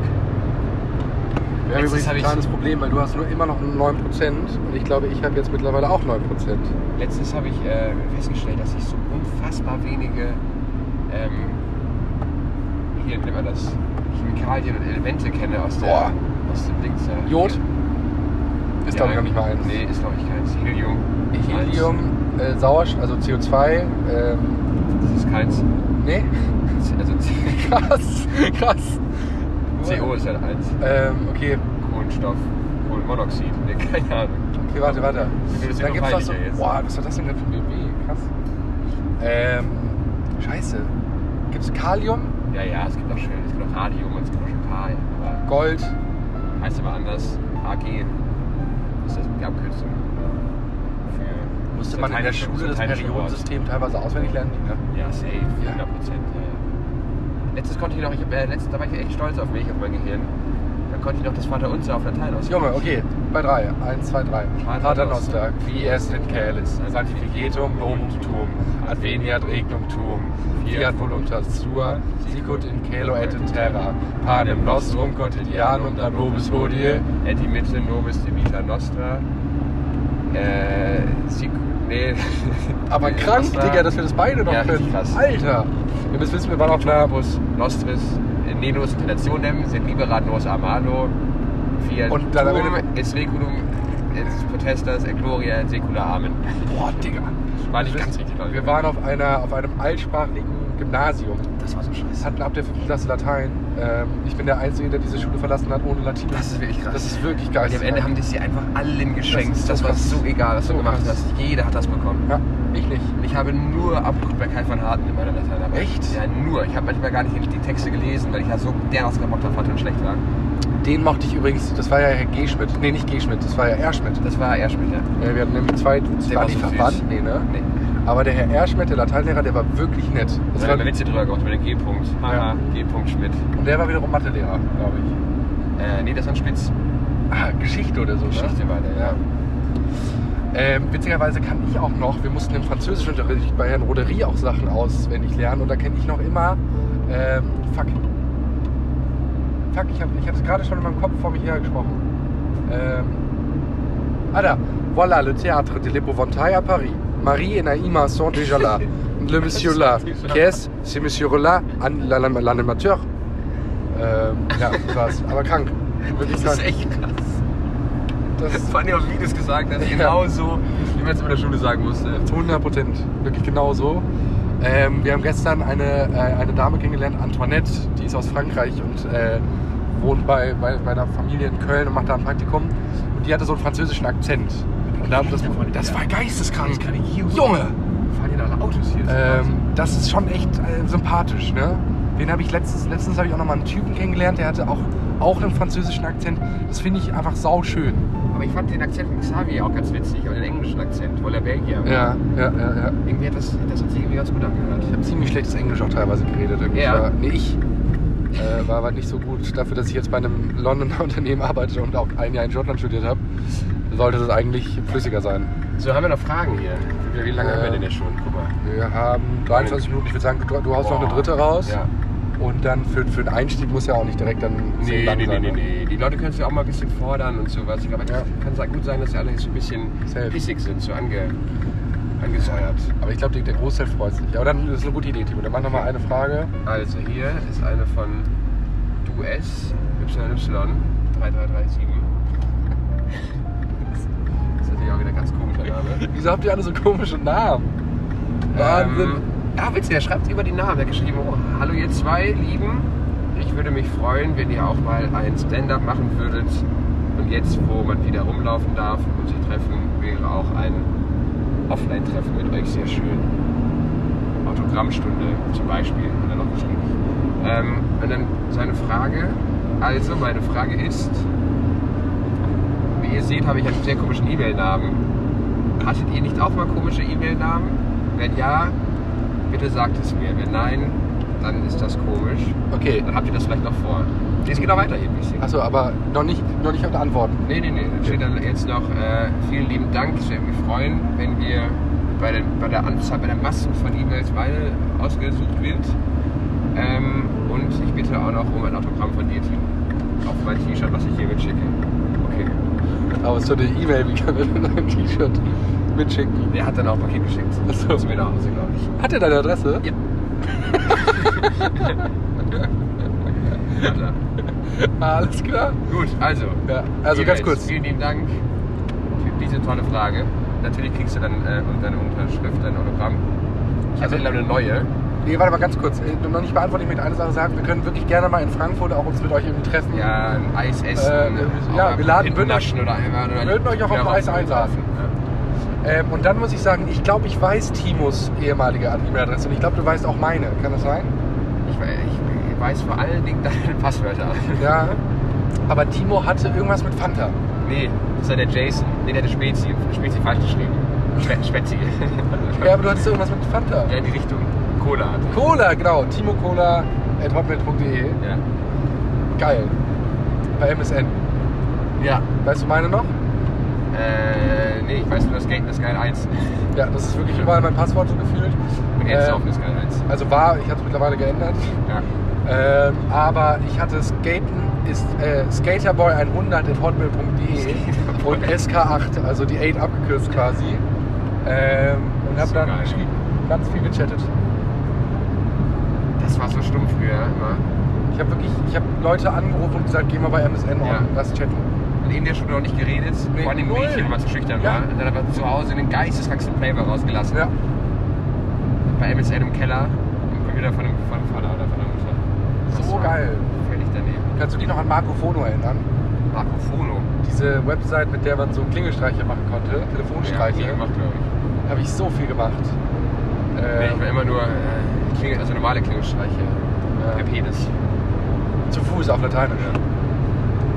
[SPEAKER 1] Wir haben
[SPEAKER 2] Letztens
[SPEAKER 1] übrigens ein
[SPEAKER 2] hab ich-
[SPEAKER 1] kleines Problem, weil du hast nur immer noch 9% und ich glaube, ich habe jetzt mittlerweile auch 9%.
[SPEAKER 2] Letztens habe ich äh, festgestellt, dass ich so unfassbar wenige, ähm, hier nennt man das, Chemikalien und Elemente kenne aus, der,
[SPEAKER 1] Boah.
[SPEAKER 2] aus dem Dings. da.
[SPEAKER 1] Jod? Ist
[SPEAKER 2] Ja,
[SPEAKER 1] glaube ich noch nicht mal eins.
[SPEAKER 2] Nee, ist glaube ich keins. Helium.
[SPEAKER 1] Helium, äh, Sauerstoff, also CO2, ähm,
[SPEAKER 2] Eins. Das ist keins. [LAUGHS]
[SPEAKER 1] nee, [LAUGHS]
[SPEAKER 2] Also
[SPEAKER 1] krass, krass.
[SPEAKER 2] CO ist halt eins.
[SPEAKER 1] Ähm, okay,
[SPEAKER 2] Kohlenstoff, Kohlenmonoxid. Nee, keine Ahnung.
[SPEAKER 1] okay, warte, warte.
[SPEAKER 2] Das ist
[SPEAKER 1] Dann
[SPEAKER 2] noch
[SPEAKER 1] gibt's noch so,
[SPEAKER 2] peinlicher jetzt.
[SPEAKER 1] boah, was war das denn für ein BB? Krass. Ähm, scheiße. Gibt's Kalium,
[SPEAKER 2] Ja, ja, es gibt auch schön, es gibt auch Radium und es gibt auch schon ein paar. Aber
[SPEAKER 1] Gold,
[SPEAKER 2] heißt aber anders. AG ist das die Abkürzung. Für
[SPEAKER 1] musste man in der
[SPEAKER 2] lateinische-
[SPEAKER 1] Schule das
[SPEAKER 2] lateinische Wort.
[SPEAKER 1] Periodensystem teilweise auswendig lernen, ne?
[SPEAKER 2] Ja, safe.
[SPEAKER 1] Ja.
[SPEAKER 2] 100 Prozent. Ja, ja. Letztes konnte ich noch, ich, hab, äh, letztes, da war ich echt stolz auf mich, auf mein Gehirn. Da konnte ich noch das Vaterunser auf Latein aus.
[SPEAKER 1] Junge, okay, bei drei. Eins, zwei, drei.
[SPEAKER 2] Vater
[SPEAKER 1] Paternoster, qui est in caelis, sanctificetum novum tuum, adveniat regnum tuum, fiat voluntas tua, sicut in caelo et in terra, panem nostrum quotidianum da nobis hodie,
[SPEAKER 2] Et die Mitte nobis de vita nostra. Äh, sie, nee. [LAUGHS]
[SPEAKER 1] Aber
[SPEAKER 2] Vita
[SPEAKER 1] krank,
[SPEAKER 2] nostra.
[SPEAKER 1] Digga, dass wir das beide noch
[SPEAKER 2] Ja, richtig
[SPEAKER 1] können.
[SPEAKER 2] krass.
[SPEAKER 1] Alter! Ihr müsst wissen, wir waren auf einer
[SPEAKER 2] Bus nostris, äh, nenus relationem, sed libera nos amado. Fiat
[SPEAKER 1] Und dann am
[SPEAKER 2] tuum
[SPEAKER 1] Ende-
[SPEAKER 2] et seculum et protestas et gloria et secula amen.
[SPEAKER 1] Boah, Digga.
[SPEAKER 2] War nicht ganz richtig, glaub ich.
[SPEAKER 1] Wir waren auf, einer, auf einem altsprachigen Gymnasium.
[SPEAKER 2] Das war so scheiße.
[SPEAKER 1] hatten ab der fünften Klasse Latein. Ähm, ich bin der Einzige, der diese Schule verlassen hat ohne Latein.
[SPEAKER 2] Das ist wirklich krass.
[SPEAKER 1] Das ist wirklich
[SPEAKER 2] Und
[SPEAKER 1] geil.
[SPEAKER 2] am Ende haben die es dir einfach allen geschenkt.
[SPEAKER 1] Das
[SPEAKER 2] Das,
[SPEAKER 1] ist so
[SPEAKER 2] war
[SPEAKER 1] krass.
[SPEAKER 2] so egal, was
[SPEAKER 1] So
[SPEAKER 2] du gemacht
[SPEAKER 1] krass.
[SPEAKER 2] hast. Jeder hat das bekommen.
[SPEAKER 1] Ja, ich nicht.
[SPEAKER 2] Und ich habe nur abgeguckt bei Kai van Harten in meiner Lateinarbeit.
[SPEAKER 1] Echt?
[SPEAKER 2] Ja, nur. Ich habe manchmal gar nicht die Texte gelesen, weil ich ja so dermaßen keinen Bock drauf hatte und schlecht war.
[SPEAKER 1] Den mochte ich übrigens, das war ja Herr G. Schmidt. Nee, nicht G. Schmidt, das war ja R. Schmidt.
[SPEAKER 2] Das war er später.
[SPEAKER 1] Ja, wir hatten nämlich zwei, das
[SPEAKER 2] Der
[SPEAKER 1] waren
[SPEAKER 2] war
[SPEAKER 1] die
[SPEAKER 2] so süß.
[SPEAKER 1] verwandt, nee, ne?
[SPEAKER 2] Nee.
[SPEAKER 1] Aber der Herr R. Schmidt, der Lateinlehrer, der war wirklich nett. Das
[SPEAKER 2] Da
[SPEAKER 1] war,
[SPEAKER 2] haben wir Witze drüber gemacht über den G-Punkt.
[SPEAKER 1] Ja.
[SPEAKER 2] Haha, G-Punkt Schmidt.
[SPEAKER 1] und der war wiederum Mathelehrer, glaube ich.
[SPEAKER 2] Äh, nee, das war ein Spitz.
[SPEAKER 1] Ah, Geschichte oder so, ne?
[SPEAKER 2] Geschichte war der, ja.
[SPEAKER 1] Ähm, witzigerweise kann ich auch noch, wir mussten im Französischunterricht bei Herrn Roderie auch Sachen auswendig lernen und da kenne ich noch immer, ähm, fuck. Fuck, ich habe ich hab es gerade schon in meinem Kopf vor mich hergesprochen. Ähm, ah da, voilà le théâtre de l'Épouvantail à Paris. Marie et Naïma sont déjà là. Le monsieur là. Qu'est-ce? C'est monsieur là, an- la- la- l'animateur. Ähm, ja, das war's. Aber krank. Wirklich
[SPEAKER 2] Das
[SPEAKER 1] krank.
[SPEAKER 2] ist echt krass.
[SPEAKER 1] Das
[SPEAKER 2] [LAUGHS]
[SPEAKER 1] ist
[SPEAKER 2] Vor allem auch, wie du es gesagt hast.
[SPEAKER 1] Ja.
[SPEAKER 2] Genau so, wie man es in der Schule sagen musste.
[SPEAKER 1] 100 Prozent, wirklich genau so. Ähm, wir haben gestern eine, äh, eine Dame kennengelernt, Antoinette, die ist aus Frankreich und äh, wohnt bei, bei meiner Familie in Köln und macht da ein Praktikum. Und die hatte so einen französischen Akzent. Und da, das, das war geisteskrank. Junge!
[SPEAKER 2] Fahren hier alle Autos hier?
[SPEAKER 1] Ähm, das ist schon echt äh, sympathisch, ne? Den habe ich letztens, letztens habe ich auch nochmal einen Typen kennengelernt, der hatte auch, auch einen französischen Akzent. Das finde ich einfach sauschön.
[SPEAKER 2] Aber ich fand den Akzent von Xavier auch ganz witzig, aber den englischen Akzent, obwohl er Belgier. war.
[SPEAKER 1] Ja, ja, ja, ja.
[SPEAKER 2] Irgendwie hat das, das hat sich irgendwie ganz gut angehört.
[SPEAKER 1] Ich habe ziemlich schlechtes Englisch auch teilweise geredet. Irgendwie.
[SPEAKER 2] Ja.
[SPEAKER 1] War, nee, ich äh, war aber nicht so gut. Dafür, dass ich jetzt bei einem Londoner [LAUGHS] Unternehmen arbeite und auch ein Jahr in Schottland studiert habe, sollte das eigentlich flüssiger sein.
[SPEAKER 2] So, haben wir noch Fragen hier? Wie, wie lange
[SPEAKER 1] Äh,
[SPEAKER 2] haben wir denn jetzt schon? Guck mal.
[SPEAKER 1] Wir haben 23 Minuten. Ich würde sagen, du, du haust noch eine dritte raus.
[SPEAKER 2] Ja.
[SPEAKER 1] Und dann für, für den Einstieg muss ja auch nicht direkt dann
[SPEAKER 2] Nee,
[SPEAKER 1] zehn
[SPEAKER 2] nee,
[SPEAKER 1] lang
[SPEAKER 2] nee,
[SPEAKER 1] sein.
[SPEAKER 2] nee,
[SPEAKER 1] ne?
[SPEAKER 2] nee. Die Leute können es ja auch mal ein bisschen fordern und sowas. Ich glaube,
[SPEAKER 1] Ja.
[SPEAKER 2] es kann gut sein, dass sie alle jetzt so ein bisschen
[SPEAKER 1] Safe.
[SPEAKER 2] pissig sind, so ange, angesäuert.
[SPEAKER 1] Aber ich glaube, der- der Großteil freut sich. Aber dann das ist eine gute Idee, Timo. Dann mach nochmal eine Frage.
[SPEAKER 2] Also, hier ist eine von Dues YY3337. Das ist natürlich auch wieder ein ganz komischer Name.
[SPEAKER 1] Wieso habt ihr alle so komische Namen? Wahnsinn.
[SPEAKER 2] Ähm, ja, witzig, er schreibt über den Namen. Er hat geschrieben, oh, hallo ihr zwei Lieben, ich würde mich freuen, wenn ihr auch mal ein Stand-Up machen würdet. Und jetzt, wo man wieder rumlaufen darf und sich treffen, wäre auch ein Offline-Treffen mit euch sehr schön. Autogrammstunde zum Beispiel, hat er noch geschrieben. Ähm, und dann seine Frage, also meine Frage ist, wie ihr seht, habe ich einen sehr komischen E-Mail-Namen. Hattet ihr nicht auch mal komische E-Mail-Namen? Wenn ja, bitte sagt es mir. Wenn nein, dann ist das komisch.
[SPEAKER 1] Okay.
[SPEAKER 2] Dann habt ihr das vielleicht noch vor. Es geht noch weiter hier ein bisschen.
[SPEAKER 1] Achso, aber noch nicht, noch nicht auf die Antworten.
[SPEAKER 2] Nee, nee, nee. Dann steht dann jetzt noch, äh, vielen lieben Dank. Es würde mich freuen, wenn wir bei, den, bei der Anzahl, bei der Masse von E-Mails meine ausgesucht wird. Ähm, und ich bitte auch noch um ein Autogramm von dir, Team. auf mein T-Shirt, was ich hier mitschicke. Okay.
[SPEAKER 1] Aber es wird eine E-Mail, wie kann man denn ein T-Shirt mitschicken?
[SPEAKER 2] Der hat dann auch ein Paket geschickt.
[SPEAKER 1] Ach so.
[SPEAKER 2] Zu mir nach Hause, glaube ich.
[SPEAKER 1] Hat er deine Adresse?
[SPEAKER 2] Ja. Ja, klar.
[SPEAKER 1] Alles klar.
[SPEAKER 2] Gut, also.
[SPEAKER 1] Ja, also
[SPEAKER 2] E-Mails.
[SPEAKER 1] ganz kurz.
[SPEAKER 2] Vielen lieben Dank für diese tolle Frage. Natürlich kriegst du dann äh, und deine Unterschrift, dein Autogramm. Ich
[SPEAKER 1] Also-
[SPEAKER 2] habe also, eine neue.
[SPEAKER 1] Nee, warte mal ganz kurz. Äh, Noch nicht beantwortet, ich möchte eine Sache sagen. Wir können wirklich gerne mal in Frankfurt auch uns mit euch irgendwie treffen.
[SPEAKER 2] Ja, ein Eis essen.
[SPEAKER 1] Äh, ja,
[SPEAKER 2] auch
[SPEAKER 1] wir laden-
[SPEAKER 2] Hinten
[SPEAKER 1] würden euch-
[SPEAKER 2] naschen oder einmal. Oder
[SPEAKER 1] wir würden euch auch auf dem Eis einladen. Ähm, und dann muss ich sagen, ich glaube, ich weiß Timos ehemalige E-Mail-Adresse und ich glaube, du weißt auch meine. Kann das sein?
[SPEAKER 2] [LAUGHS] Ich, we- ich weiß vor allen Dingen [LAUGHS] deine Passwörter.
[SPEAKER 1] Ja. Aber Timo hatte irgendwas mit Fanta.
[SPEAKER 2] Nee, das ist ja der Jason. Nee, der hat Spezi. Spezi falsch geschrieben. Spe Spezi. [LAUGHS]
[SPEAKER 1] Ja, aber du hattest irgendwas mit Fanta.
[SPEAKER 2] ja, in die Richtung. Cola hat.
[SPEAKER 1] Cola, genau. TimoCola at hotmail.de.
[SPEAKER 2] Ja.
[SPEAKER 1] Geil. Bei MSN.
[SPEAKER 2] ja.
[SPEAKER 1] Weißt du meine noch?
[SPEAKER 2] Äh, nee, ich weiß nur, das Gate ist geil 1.
[SPEAKER 1] Ja, das ist wirklich überall mein Passwort so gefühlt.
[SPEAKER 2] Mit
[SPEAKER 1] Äh,
[SPEAKER 2] Endzaufen ist geil 1.
[SPEAKER 1] also war, ich habe es mittlerweile geändert.
[SPEAKER 2] Ja.
[SPEAKER 1] Ähm, aber ich hatte Skaten ist äh, Skaterboy100 at hotmail.de
[SPEAKER 2] Skaterboy.
[SPEAKER 1] und SK8, also die 8 abgekürzt quasi. Ähm, und habe
[SPEAKER 2] So
[SPEAKER 1] dann
[SPEAKER 2] geil.
[SPEAKER 1] geschrieben, ganz viel gechattet.
[SPEAKER 2] Das war so stumm früher immer.
[SPEAKER 1] Ich habe wirklich, ich habe Leute angerufen und gesagt, geh mal bei MSN
[SPEAKER 2] Ja.
[SPEAKER 1] und lass chatten.
[SPEAKER 2] Und in der Schule noch nicht geredet.
[SPEAKER 1] Nee,
[SPEAKER 2] vor allem
[SPEAKER 1] null.
[SPEAKER 2] Mädchen, weil es zu schüchtern
[SPEAKER 1] Ja.
[SPEAKER 2] war. Und dann aber zu Hause den geisteskranken Playboy rausgelassen.
[SPEAKER 1] Ja.
[SPEAKER 2] Bei MSN im Keller. Im Computer von dem von dem Vater oder von der Mutter. Das
[SPEAKER 1] So
[SPEAKER 2] war
[SPEAKER 1] geil.
[SPEAKER 2] Völlig daneben.
[SPEAKER 1] Kannst du dich noch an Marco Fono erinnern?
[SPEAKER 2] Marco Fono.
[SPEAKER 1] Diese Website, mit der man so Klingelstreiche machen konnte, Telefonstreiche,
[SPEAKER 2] Ja, hab ich nie gemacht, glaube ich.
[SPEAKER 1] habe ich so viel gemacht.
[SPEAKER 2] Nee,
[SPEAKER 1] Äh,
[SPEAKER 2] ich war immer nur äh, Klingel, also normale Klingelstreiche. äh,
[SPEAKER 1] Ähm, Ja.
[SPEAKER 2] Per Penis.
[SPEAKER 1] zu Fuß auf Lateinisch.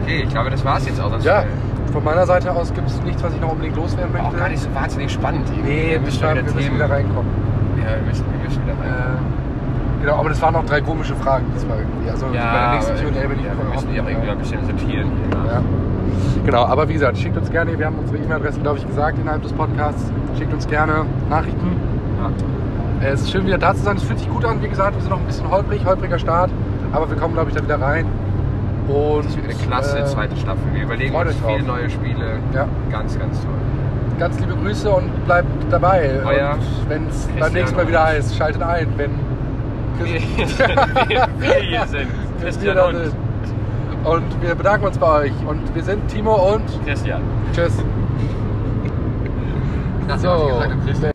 [SPEAKER 2] Okay, ich glaube, das war's jetzt auch. Sonst
[SPEAKER 1] Ja, von meiner Seite aus gibt es nichts, was ich noch unbedingt loswerden möchte.
[SPEAKER 2] Auch gar nicht so wahnsinnig spannend. irgendwie.
[SPEAKER 1] Nee, wir müssen,
[SPEAKER 2] schon
[SPEAKER 1] wir müssen wieder reinkommen.
[SPEAKER 2] Ja, wir müssen, wir müssen wieder
[SPEAKER 1] Äh,
[SPEAKER 2] rein.
[SPEAKER 1] genau, aber das waren noch drei komische Fragen diesmal. irgendwie. Also bei der nächsten
[SPEAKER 2] aber,
[SPEAKER 1] Q&A bin ich
[SPEAKER 2] äh, ja, wir
[SPEAKER 1] voll
[SPEAKER 2] müssen
[SPEAKER 1] offen.
[SPEAKER 2] ja auch irgendwie mal ein bisschen sortieren. hier.
[SPEAKER 1] Ja. Genau, aber wie gesagt, schickt uns gerne, wir haben unsere E-Mail-Adressen, glaube ich, gesagt innerhalb des Podcasts. Schickt uns gerne Nachrichten.
[SPEAKER 2] Ja.
[SPEAKER 1] Äh, es ist schön, wieder da zu sein. Es fühlt sich gut an, wie gesagt, wir sind noch ein bisschen holprig, holpriger Start, aber wir kommen, glaube ich, da wieder rein. Und
[SPEAKER 2] Das wird eine klasse
[SPEAKER 1] äh,
[SPEAKER 2] zweite Staffel. Wir überlegen
[SPEAKER 1] freut
[SPEAKER 2] uns
[SPEAKER 1] euch
[SPEAKER 2] viele
[SPEAKER 1] drauf.
[SPEAKER 2] neue Spiele.
[SPEAKER 1] Ja.
[SPEAKER 2] Ganz, ganz toll.
[SPEAKER 1] Ganz liebe Grüße und bleibt dabei.
[SPEAKER 2] Euer
[SPEAKER 1] und wenn es beim
[SPEAKER 2] Christian
[SPEAKER 1] nächsten Mal
[SPEAKER 2] und-
[SPEAKER 1] wieder heißt, schaltet ein, wenn
[SPEAKER 2] Wir, wir hier sind Christian
[SPEAKER 1] wir
[SPEAKER 2] und
[SPEAKER 1] sind. Und wir bedanken uns bei euch. Und wir sind Timo und
[SPEAKER 2] Christian.
[SPEAKER 1] tschüss.
[SPEAKER 2] Ich dachte,
[SPEAKER 1] So.
[SPEAKER 2] du hast gesagt, Christian.